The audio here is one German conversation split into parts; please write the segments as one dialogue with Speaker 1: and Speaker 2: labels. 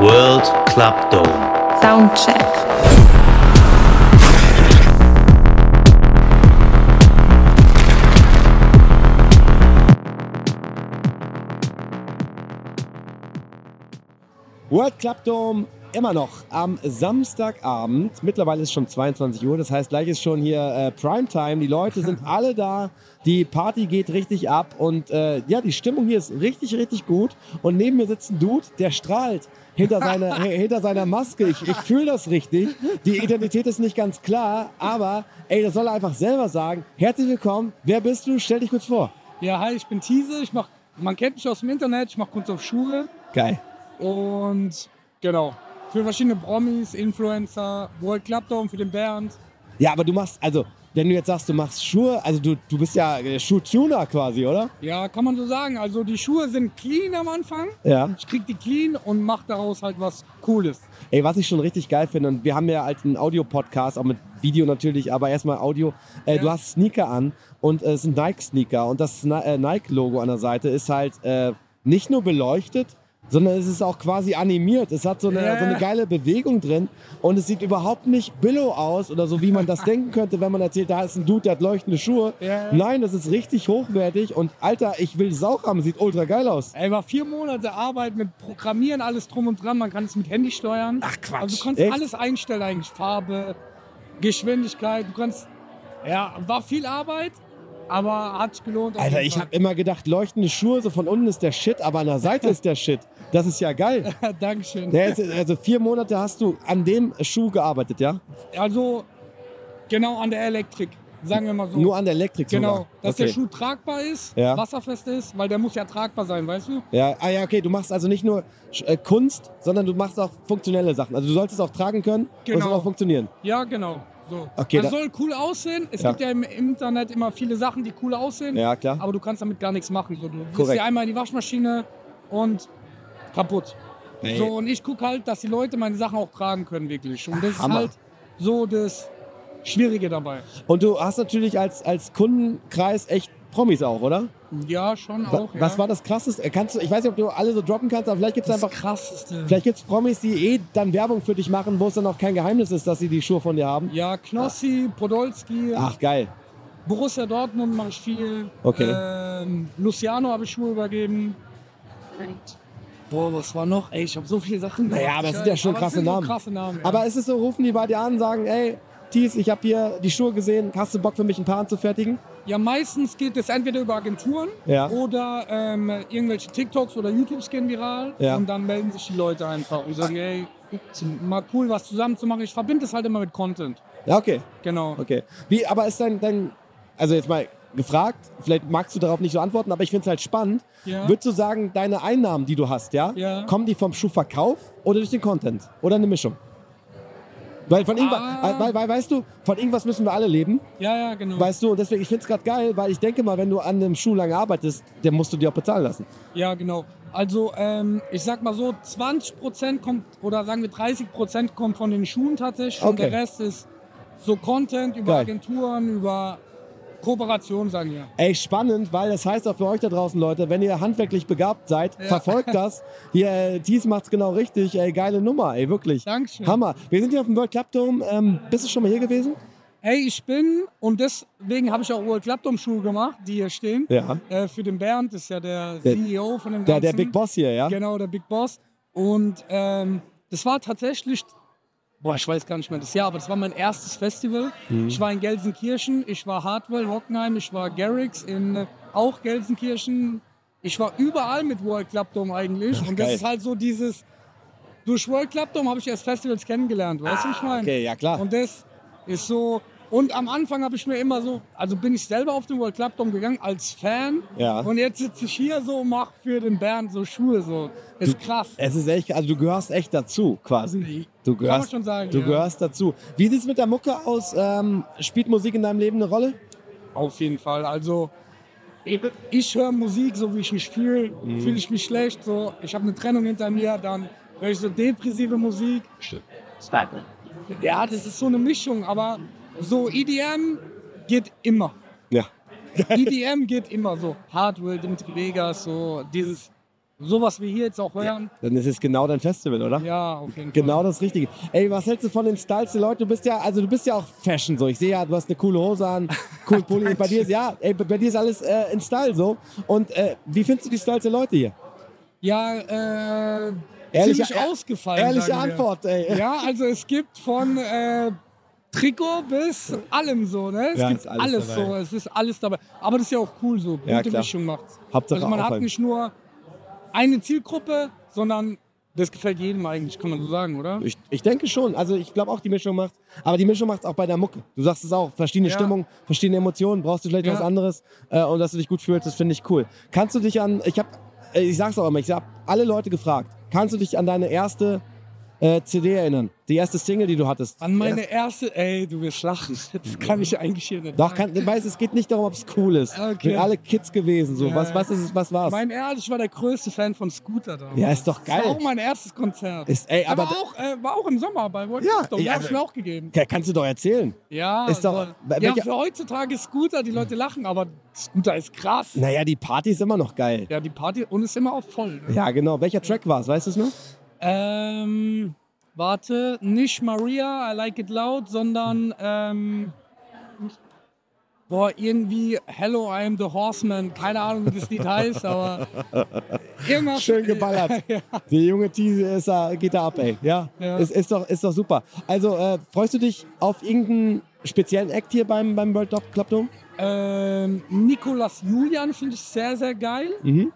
Speaker 1: World Club Dome.
Speaker 2: Soundcheck.
Speaker 3: World Club Dome immer noch am Samstagabend. Mittlerweile ist schon 22 Uhr, das heißt, gleich ist schon hier äh, Primetime. Die Leute sind alle da, die Party geht richtig ab und äh, ja, die Stimmung hier ist richtig, richtig gut. Und neben mir sitzt ein Dude, der strahlt hinter seiner, h- hinter seiner Maske. Ich, ich fühle das richtig. Die Identität ist nicht ganz klar, aber ey, das soll er einfach selber sagen. Herzlich willkommen, wer bist du? Stell dich kurz vor.
Speaker 4: Ja, hi, ich bin Thiese. Ich mach, man kennt mich aus dem Internet, ich mache Kunst auf Schule.
Speaker 3: Geil.
Speaker 4: Und genau, für verschiedene Promis, Influencer, World Club Dome für den Bernd.
Speaker 3: Ja, aber du machst, also, wenn du jetzt sagst, du machst Schuhe, also du, du bist ja äh, Schuh-Tuner quasi, oder?
Speaker 4: Ja, kann man so sagen. Also die Schuhe sind clean am Anfang.
Speaker 3: Ja.
Speaker 4: Ich krieg die clean und mach daraus halt was Cooles.
Speaker 3: Ey, was ich schon richtig geil finde, und wir haben ja halt einen Audio-Podcast, auch mit Video natürlich, aber erstmal Audio. Äh, Du hast Sneaker an und äh, es sind Nike-Sneaker und das Sni- äh, Nike-Logo an der Seite ist halt äh, nicht nur beleuchtet, sondern es ist auch quasi animiert. Es hat so eine,
Speaker 4: Ja.
Speaker 3: so eine geile Bewegung drin und es sieht überhaupt nicht billow aus oder so, wie man das denken könnte, wenn man erzählt, da ist ein Dude, der hat leuchtende Schuhe.
Speaker 4: Ja.
Speaker 3: Nein, das ist richtig hochwertig und Alter, ich will es auch haben, sieht ultra geil aus.
Speaker 4: Ey, war vier Monate Arbeit mit Programmieren, alles drum und dran. Man kann es mit Handy steuern.
Speaker 3: Ach, Quatsch.
Speaker 4: Also du kannst
Speaker 3: Echt?
Speaker 4: alles einstellen eigentlich. Farbe, Geschwindigkeit, du kannst... Ja, war viel Arbeit, aber hat sich gelohnt. auf
Speaker 3: Alter,
Speaker 4: jeden
Speaker 3: ich
Speaker 4: Fall.
Speaker 3: habe immer gedacht, leuchtende Schuhe, so von unten ist der Shit, aber an der Seite ist der Shit. Das ist ja geil.
Speaker 4: Ja, Dankeschön.
Speaker 3: Der ist, also vier Monate hast du an dem Schuh gearbeitet, ja?
Speaker 4: Also genau an der Elektrik, sagen wir mal so.
Speaker 3: Nur an der Elektrik
Speaker 4: genau,
Speaker 3: sogar.
Speaker 4: dass
Speaker 3: okay.
Speaker 4: der Schuh tragbar ist,
Speaker 3: Ja.
Speaker 4: wasserfest ist, weil der muss ja tragbar sein, weißt du?
Speaker 3: Ja, ah ja, okay, du machst also nicht nur Sch- äh, Kunst, sondern du machst auch funktionelle Sachen. Also du sollst es auch tragen können und es soll
Speaker 4: Genau.
Speaker 3: auch funktionieren.
Speaker 4: Ja, genau. So.
Speaker 3: Okay,
Speaker 4: das
Speaker 3: da-
Speaker 4: soll cool aussehen. Es
Speaker 3: Ja.
Speaker 4: gibt ja im Internet immer viele Sachen, die cool aussehen,
Speaker 3: Ja, klar.
Speaker 4: aber du kannst damit gar nichts machen. So, du gehst
Speaker 3: Korrekt.
Speaker 4: dir einmal in die Waschmaschine und kaputt.
Speaker 3: Nee.
Speaker 4: So, und ich gucke halt, dass die Leute meine Sachen auch tragen können, wirklich. Und das
Speaker 3: Hammer.
Speaker 4: ist halt so das Schwierige dabei.
Speaker 3: Und du hast natürlich als, als Kundenkreis echt Promis auch, oder?
Speaker 4: Ja, schon
Speaker 3: Wa-
Speaker 4: auch.
Speaker 3: Was
Speaker 4: ja.
Speaker 3: war das krasseste? Äh, Kannst du, ich weiß nicht, ob du alle so droppen kannst, aber vielleicht gibt es
Speaker 4: das
Speaker 3: einfach
Speaker 4: Krasseste?
Speaker 3: Vielleicht gibt es Promis, die eh dann Werbung für dich machen, wo es dann auch kein Geheimnis ist, dass sie die Schuhe von dir haben.
Speaker 4: Ja, Knossi,
Speaker 3: Ah.
Speaker 4: Podolski,
Speaker 3: Ach, geil.
Speaker 4: Borussia Dortmund mache ich viel.
Speaker 3: Okay.
Speaker 4: Ähm, Luciano habe ich Schuhe übergeben. Und, boah, was war noch? Ey, ich habe so viele Sachen.
Speaker 3: Naja,
Speaker 4: gemacht.
Speaker 3: aber es sind ja schon
Speaker 4: Aber es
Speaker 3: krasse
Speaker 4: sind so
Speaker 3: Namen.
Speaker 4: krasse Namen ja.
Speaker 3: Aber ist es so, rufen die bei dir an und sagen, ey, Thies, ich habe hier die Schuhe gesehen, hast du Bock für mich ein paar anzufertigen?
Speaker 4: ja, meistens geht es entweder über Agenturen
Speaker 3: Ja.
Speaker 4: oder ähm, irgendwelche TikToks oder YouTubes gehen viral.
Speaker 3: Ja.
Speaker 4: Und dann melden sich die Leute einfach und sagen, ey, mal cool, was zusammen zu machen. Ich verbinde es halt immer mit Content.
Speaker 3: Ja, okay,
Speaker 4: Genau.
Speaker 3: okay. Wie, aber ist dein, dein, also jetzt mal gefragt, vielleicht magst du darauf nicht so antworten, aber ich finde es halt spannend.
Speaker 4: Ja.
Speaker 3: Würdest du sagen, deine Einnahmen, die du hast, ja,
Speaker 4: Ja.
Speaker 3: kommen die vom Schuhverkauf oder durch den Content? Oder eine Mischung? Weil von irgendwas,
Speaker 4: Ah.
Speaker 3: weil, weil, weißt du, von irgendwas müssen wir alle leben.
Speaker 4: Ja, ja, genau.
Speaker 3: Weißt du, und deswegen, ich finde es gerade geil, weil ich denke mal, wenn du an einem Schuh lange arbeitest, dann musst du dir auch bezahlen lassen.
Speaker 4: Ja, genau. Also, ähm, ich sag mal so, 20% kommt, oder sagen wir 30% kommt von den Schuhen tatsächlich. Und
Speaker 3: Okay.
Speaker 4: der Rest ist so Content über
Speaker 3: Geil.
Speaker 4: Agenturen, über Kooperationen, sagen wir.
Speaker 3: Ey, spannend, weil das heißt auch für euch da draußen, Leute, wenn ihr handwerklich begabt seid, verfolgt das. Hier, äh, Thies macht's genau richtig. Ey, geile Nummer, ey, wirklich.
Speaker 4: Dankeschön.
Speaker 3: Hammer. Wir sind hier auf dem World Club Dome. Ähm, bist du schon mal hier gewesen?
Speaker 4: Ey, ich bin, und deswegen habe ich auch World Club Dome Schuhe gemacht, die hier stehen.
Speaker 3: Ja.
Speaker 4: Äh, für den Bernd, das ist ja der,
Speaker 3: Der-
Speaker 4: CEO von dem
Speaker 3: Der,
Speaker 4: Ganzen.
Speaker 3: der Big Boss hier, ja?
Speaker 4: Genau, der Big Boss. Und ähm, das war tatsächlich, boah, ich weiß gar nicht mehr das Jahr, aber das war mein erstes Festival.
Speaker 3: Mhm.
Speaker 4: Ich war in Gelsenkirchen, ich war Hartwell, Hockenheim, ich war Garrix in äh, auch Gelsenkirchen. Ich war überall mit World Club Dome eigentlich. Und das
Speaker 3: geil.
Speaker 4: ist halt so dieses, durch World Club Dome habe ich erst Festivals kennengelernt, weißt du, was ich meine?
Speaker 3: Ah, Okay, ja klar.
Speaker 4: Und das Ist so. Und am Anfang habe ich mir immer so, also bin ich selber auf den World Club Dome gegangen als Fan.
Speaker 3: Ja.
Speaker 4: Und jetzt sitze ich hier so und mache für den Bernd so Schuhe so. Ist krass.
Speaker 3: Es ist echt, also du gehörst echt dazu, quasi. Du
Speaker 4: Kann man
Speaker 3: gehörst,
Speaker 4: schon sagen,
Speaker 3: du
Speaker 4: ja.
Speaker 3: gehörst dazu. Wie sieht es mit der Mucke aus? Ähm, spielt Musik in deinem Leben eine Rolle?
Speaker 4: Auf jeden Fall. Also ich, ich höre Musik, so wie ich mich fühle.
Speaker 3: Mhm.
Speaker 4: Fühle ich mich schlecht, so ich habe eine Trennung hinter mir, dann höre ich so depressive Musik. Ja, das ist so eine Mischung, aber so EDM geht immer.
Speaker 3: Ja.
Speaker 4: EDM geht immer so. Hardwell, Dimitri Vegas, so dieses, sowas wie hier jetzt auch hören.
Speaker 3: Dann ist es genau dein Festival, oder?
Speaker 4: Ja, auf jeden Fall.
Speaker 3: Genau das Richtige. Ey, was hältst du von den Styles der Leute? Du bist ja, also du bist ja auch Fashion so. Ich sehe ja, du hast eine coole Hose an, cool Pulli. bei dir ist ja, ey, bei dir ist alles äh, in Style so. Und äh, wie findest du die Styles der Leute hier?
Speaker 4: Ja, äh,
Speaker 3: Ehrliche-
Speaker 4: ziemlich ausgefallen.
Speaker 3: Ehrliche
Speaker 4: sagen wir.
Speaker 3: Antwort, ey.
Speaker 4: Ja, also es gibt von äh, Trikot bis allem so, ne? Es
Speaker 3: Ja,
Speaker 4: gibt
Speaker 3: ist
Speaker 4: alles,
Speaker 3: alles dabei.
Speaker 4: so, es ist alles dabei. Aber das ist ja auch cool so, gute
Speaker 3: Ja, klar.
Speaker 4: Mischung macht's.
Speaker 3: Hauptsache
Speaker 4: also man hat
Speaker 3: aufhalten.
Speaker 4: nicht nur eine Zielgruppe, sondern das gefällt jedem eigentlich, kann man so sagen, oder?
Speaker 3: Ich, ich denke schon. Also ich glaube auch, die Mischung macht. Aber die Mischung macht es auch bei der Mucke. Du sagst es auch. Verschiedene
Speaker 4: Ja.
Speaker 3: Stimmungen, verschiedene Emotionen. Brauchst du vielleicht
Speaker 4: Ja.
Speaker 3: was anderes äh, und dass du dich gut fühlst, das finde ich cool. Kannst du dich an? Ich habe, ich sag's auch immer. Ich habe alle Leute gefragt. Kannst du dich an deine erste äh, CD erinnern? Die erste Single, die du hattest?
Speaker 4: An meine erste, ey, du wirst lachen. Das kann ich eigentlich hier nicht.
Speaker 3: Doch,
Speaker 4: sagen.
Speaker 3: kann, weißt, es geht nicht darum, ob es cool ist.
Speaker 4: Okay.
Speaker 3: Sind alle Kids gewesen. So.
Speaker 4: Ja.
Speaker 3: Was, was, ist, es- was war's?
Speaker 4: Mein Ernst, ich war der größte Fan von Scooter damals.
Speaker 3: Ja, ist doch
Speaker 4: Das war
Speaker 3: geil.
Speaker 4: auch mein erstes Konzert.
Speaker 3: Ist- ey, aber
Speaker 4: war,
Speaker 3: da-
Speaker 4: auch, äh, war auch im Sommer bei World
Speaker 3: Ja,
Speaker 4: Cup Dome.
Speaker 3: ey,
Speaker 4: Ja,
Speaker 3: also-
Speaker 4: ich mir auch gegeben.
Speaker 3: ja, kannst du doch erzählen.
Speaker 4: Ja,
Speaker 3: Ist doch-
Speaker 4: also,
Speaker 3: bei-
Speaker 4: ja
Speaker 3: welche-
Speaker 4: für heutzutage ist Scooter, die Leute lachen, aber Scooter ist krass.
Speaker 3: Naja, die Party ist immer noch geil.
Speaker 4: Ja, die Party und ist immer auch voll. Ne?
Speaker 3: Ja, genau. Welcher Track war's? Weißt du es noch?
Speaker 4: Ähm, warte, nicht Maria, I like it loud, sondern ähm, boah, irgendwie Hello, I am the Horseman. Keine Ahnung, wie das Lied heißt, aber irgendwas.
Speaker 3: Schön geballert. Der junge Tease ist, da- geht da ab, ey. Ja,
Speaker 4: Ja.
Speaker 3: Ist, ist, doch, ist doch super. Also, äh, freust du dich auf irgendeinen speziellen Act hier beim, beim World Dog Club Dome?
Speaker 4: Ähm, Nikolas Julian finde ich sehr, sehr geil.
Speaker 3: Mhm.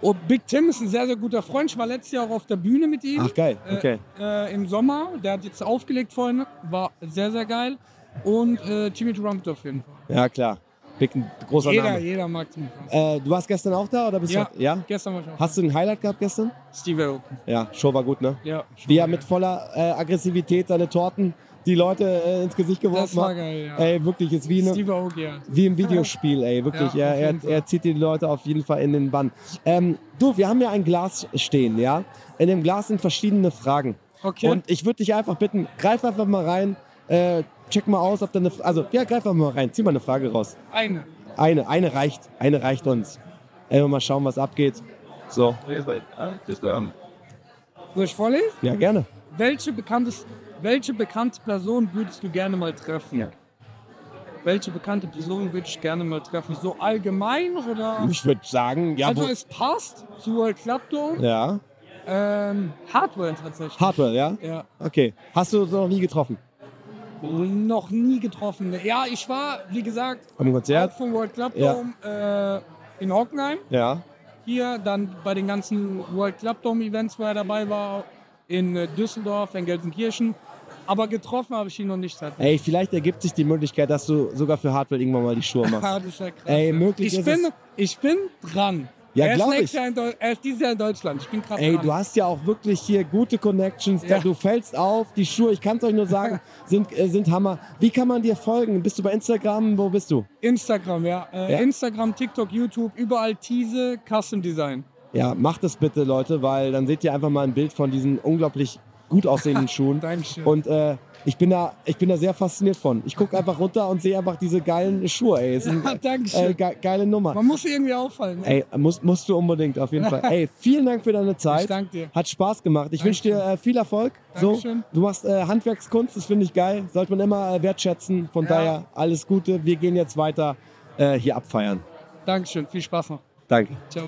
Speaker 4: Und Big Tim ist ein sehr, sehr guter Freund. Ich war letztes Jahr auch auf der Bühne mit ihm.
Speaker 3: Ach, geil. Okay.
Speaker 4: Äh, äh, Im Sommer. Der hat jetzt aufgelegt vorhin. War sehr, sehr geil. Und äh, Timmy Trump auf jeden Fall.
Speaker 3: Ja, klar. Big, ein großer
Speaker 4: Jeder,
Speaker 3: Name.
Speaker 4: jeder mag Timmy Trump.
Speaker 3: Äh, du warst gestern auch da oder bist
Speaker 4: Ja,
Speaker 3: du? Ja.
Speaker 4: Gestern war ich auch.
Speaker 3: Hast du ein Highlight gehabt gestern?
Speaker 4: Steve Aoki.
Speaker 3: Ja, Show war gut, ne?
Speaker 4: Ja.
Speaker 3: Wie er mit voller äh, Aggressivität seine Torten die Leute äh, ins Gesicht geworfen
Speaker 4: Das war
Speaker 3: hat.
Speaker 4: geil, ja.
Speaker 3: Ey, wirklich, ist wie eine,
Speaker 4: Steve Aoki, ja.
Speaker 3: Wie im Videospiel, ey, wirklich.
Speaker 4: Ja, auf
Speaker 3: er,
Speaker 4: jeden
Speaker 3: er, er zieht die Leute auf jeden Fall in den Bann. Ähm, du, wir haben ja ein Glas stehen, ja? In dem Glas sind verschiedene Fragen.
Speaker 4: Okay.
Speaker 3: Und ich würde dich einfach bitten, greif einfach mal rein, äh, check mal aus, ob da eine. Fra- Also, ja, greif einfach mal rein, zieh mal eine Frage raus.
Speaker 4: Eine.
Speaker 3: Eine, eine reicht, eine reicht uns. Einfach mal schauen, was abgeht. So,
Speaker 4: Soll ich vorlesen?
Speaker 3: ja, gerne.
Speaker 4: Welche, bekanntes, welche bekannte Person würdest du gerne mal treffen? Welche bekannte Person würde ich gerne mal treffen? So allgemein oder?
Speaker 3: Ich würde sagen, ja,
Speaker 4: Also
Speaker 3: wo,
Speaker 4: es passt zu World Club Dome.
Speaker 3: ja.
Speaker 4: Ähm, Hardware tatsächlich.
Speaker 3: Hardware, ja?
Speaker 4: ja.
Speaker 3: Okay. Hast du so noch nie getroffen?
Speaker 4: Noch nie getroffen. Ja, ich war, wie gesagt,
Speaker 3: Am Konzert?
Speaker 4: auch vom World Club
Speaker 3: Ja.
Speaker 4: Dome äh, in Hockenheim.
Speaker 3: Ja.
Speaker 4: Hier, dann bei den ganzen World Club Dome Events, wo er dabei war, in äh, Düsseldorf, in Gelsenkirchen. Aber getroffen habe ich ihn noch nicht. tatsächlich.
Speaker 3: Ey, vielleicht ergibt sich die Möglichkeit, dass du sogar für Hardware irgendwann mal die Schuhe machst.
Speaker 4: Ja, das ist ja krass.
Speaker 3: Ey,
Speaker 4: ja.
Speaker 3: möglich
Speaker 4: ich
Speaker 3: ist
Speaker 4: bin,
Speaker 3: es-
Speaker 4: Ich bin dran.
Speaker 3: Ja,
Speaker 4: er, ist
Speaker 3: glaub
Speaker 4: nächstes
Speaker 3: ich.
Speaker 4: Jahr in Deu- er ist dieses Jahr in Deutschland. Ich bin krass
Speaker 3: Ey,
Speaker 4: dran.
Speaker 3: du hast ja auch wirklich hier gute Connections. Da
Speaker 4: Ja.
Speaker 3: Du fällst auf, die Schuhe, ich kann es euch nur sagen, sind, äh, sind Hammer. Wie kann man dir folgen? Bist du bei Instagram? Wo bist du?
Speaker 4: Instagram, ja. Äh,
Speaker 3: Ja.
Speaker 4: Instagram, TikTok, YouTube, überall Tease, Custom Design.
Speaker 3: Ja, macht das bitte, Leute, weil dann seht ihr einfach mal ein Bild von diesen unglaublich gut aussehenden Schuhen.
Speaker 4: Dankeschön.
Speaker 3: Und äh, ich, bin da, ich bin da sehr fasziniert von. Ich gucke einfach runter und sehe einfach diese geilen Schuhe, ey. Es sind,
Speaker 4: Ja, Dankeschön.
Speaker 3: äh, ge geile Nummer.
Speaker 4: Man muss irgendwie auffallen. Ne?
Speaker 3: Ey, musst, musst du unbedingt, auf jeden Fall. Ey, vielen Dank für deine Zeit.
Speaker 4: Ich danke dir.
Speaker 3: Hat Spaß gemacht. Ich wünsche dir äh, viel Erfolg.
Speaker 4: Dankeschön.
Speaker 3: So, du machst äh, Handwerkskunst, das finde ich geil. Sollte man immer äh, wertschätzen. Von daher alles Gute. Wir gehen jetzt weiter äh, hier abfeiern.
Speaker 4: Dankeschön, viel Spaß noch.
Speaker 3: Danke.
Speaker 4: Ciao.